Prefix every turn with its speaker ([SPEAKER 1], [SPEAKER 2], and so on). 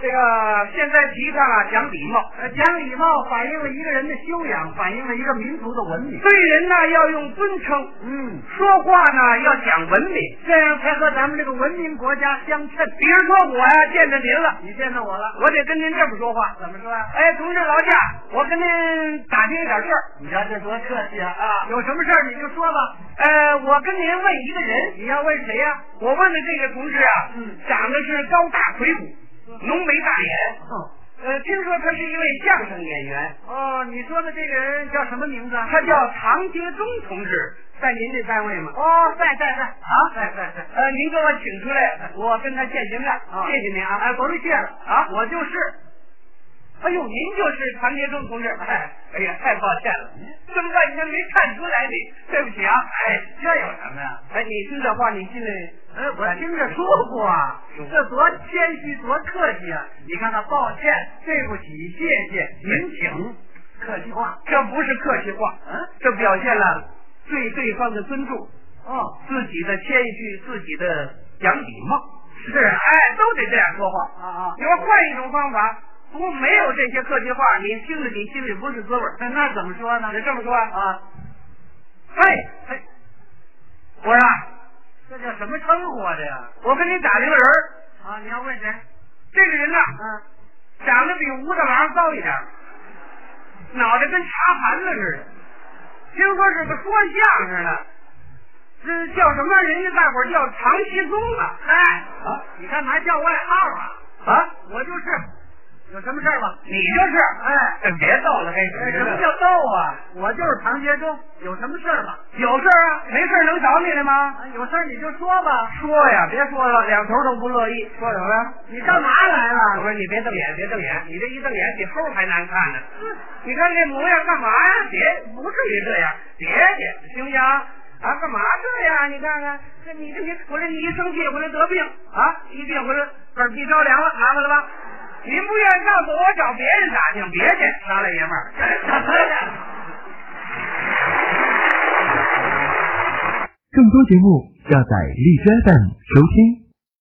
[SPEAKER 1] 这个现在提倡啊讲礼貌，
[SPEAKER 2] 呃，讲礼貌反映了一个人的修养，反映了一个民族的文明。
[SPEAKER 1] 对人呢要用尊称，
[SPEAKER 2] 嗯，
[SPEAKER 1] 说话呢要讲文明。
[SPEAKER 2] 这样才和咱们这个文明国家相称。
[SPEAKER 1] 比如说我呀见着您了，
[SPEAKER 2] 你见到我了，
[SPEAKER 1] 我得跟您这么说话。
[SPEAKER 2] 怎么说呀、
[SPEAKER 1] 哎，同志劳驾，我跟您打听一点事儿。
[SPEAKER 2] 你瞧这多客气啊！
[SPEAKER 1] 啊
[SPEAKER 2] 有什么事儿你就说吧。
[SPEAKER 1] 呃，我跟您问一个人，
[SPEAKER 2] 你要问谁呀、
[SPEAKER 1] 我问的这个同志啊，
[SPEAKER 2] 嗯
[SPEAKER 1] 长得是高大魁梧，浓眉大眼。
[SPEAKER 2] 哦
[SPEAKER 1] 呃，听说他是一位相声演员，
[SPEAKER 2] 哦，你说的这个人叫什么名字啊？
[SPEAKER 1] 他叫唐杰忠同志，在您这单位吗？
[SPEAKER 2] 哦，在在在啊，在在在。
[SPEAKER 1] 呃，您给我请出来，我跟他见见面。
[SPEAKER 2] 啊
[SPEAKER 1] 谢谢您啊！
[SPEAKER 2] 哎，甭谢了
[SPEAKER 1] 啊
[SPEAKER 2] 我就是。
[SPEAKER 1] 哎呦，您就是唐杰忠同志。
[SPEAKER 2] 哎
[SPEAKER 1] 哎，哎呀，太抱歉了，这么半天没看出来你，对不起啊。哎，
[SPEAKER 2] 这有什么呀？
[SPEAKER 1] 哎，你听这话，你心里
[SPEAKER 2] 哎，我听着说过啊，这多谦虚，多客气啊！你看看，抱
[SPEAKER 1] 哎
[SPEAKER 2] 歉，对不起，谢谢，您请，客气话。
[SPEAKER 1] 这不是客气话，
[SPEAKER 2] 嗯，
[SPEAKER 1] 这表现了对对方的尊重，
[SPEAKER 2] 哦，
[SPEAKER 1] 自己的谦虚，自己的讲礼貌。
[SPEAKER 2] 是啊，
[SPEAKER 1] 哎，都得这样说话
[SPEAKER 2] 啊啊
[SPEAKER 1] 你要换一种方法，不没有这些客气话，你听着你心里不是滋味儿。
[SPEAKER 2] 那那怎么说呢
[SPEAKER 1] 你？这么说啊，
[SPEAKER 2] 啊，
[SPEAKER 1] 嘿，
[SPEAKER 2] 嘿，
[SPEAKER 1] 我说啊，
[SPEAKER 2] 这叫什么称呼啊？这呀？
[SPEAKER 1] 我跟你打听个人儿，
[SPEAKER 2] 啊，你要问谁？
[SPEAKER 1] 这个人呐、
[SPEAKER 2] 嗯，
[SPEAKER 1] 长得比武大郎高一点儿，脑袋跟茶盘子似的，听说是个说相声的，这叫什么？人家大伙儿叫唐熙宗啊！
[SPEAKER 2] 嗨
[SPEAKER 1] 啊
[SPEAKER 2] 你干嘛叫外号啊？
[SPEAKER 1] 啊，
[SPEAKER 2] 我就是，有什么事儿吗？
[SPEAKER 1] 你就是
[SPEAKER 2] 哎，
[SPEAKER 1] 哎，别逗了，
[SPEAKER 2] 哎
[SPEAKER 1] 该
[SPEAKER 2] 什么叫逗啊？我就是唐杰忠，有什么事儿吗？
[SPEAKER 1] 有事儿啊？没事儿能找你来吗？
[SPEAKER 2] 啊，有事儿你就说吧。
[SPEAKER 1] 说呀，别说了，两头都不乐意。说什么呀？
[SPEAKER 2] 你干嘛来
[SPEAKER 1] 我
[SPEAKER 2] 了？
[SPEAKER 1] 说你别瞪眼，别瞪眼，你这一瞪眼比猴还难看呢。你看这模样干嘛呀？别，不至于这样，别介，行不行？啊，干嘛这样？你看看，这你这你，我说你一生气回来得病啊，一病回来嗝屁着凉了，麻烦了吧？您不愿意告诉我，我找别人打听，别介，老老爷们儿，什么呀？
[SPEAKER 3] 更多节目，下载荔枝 FM 收听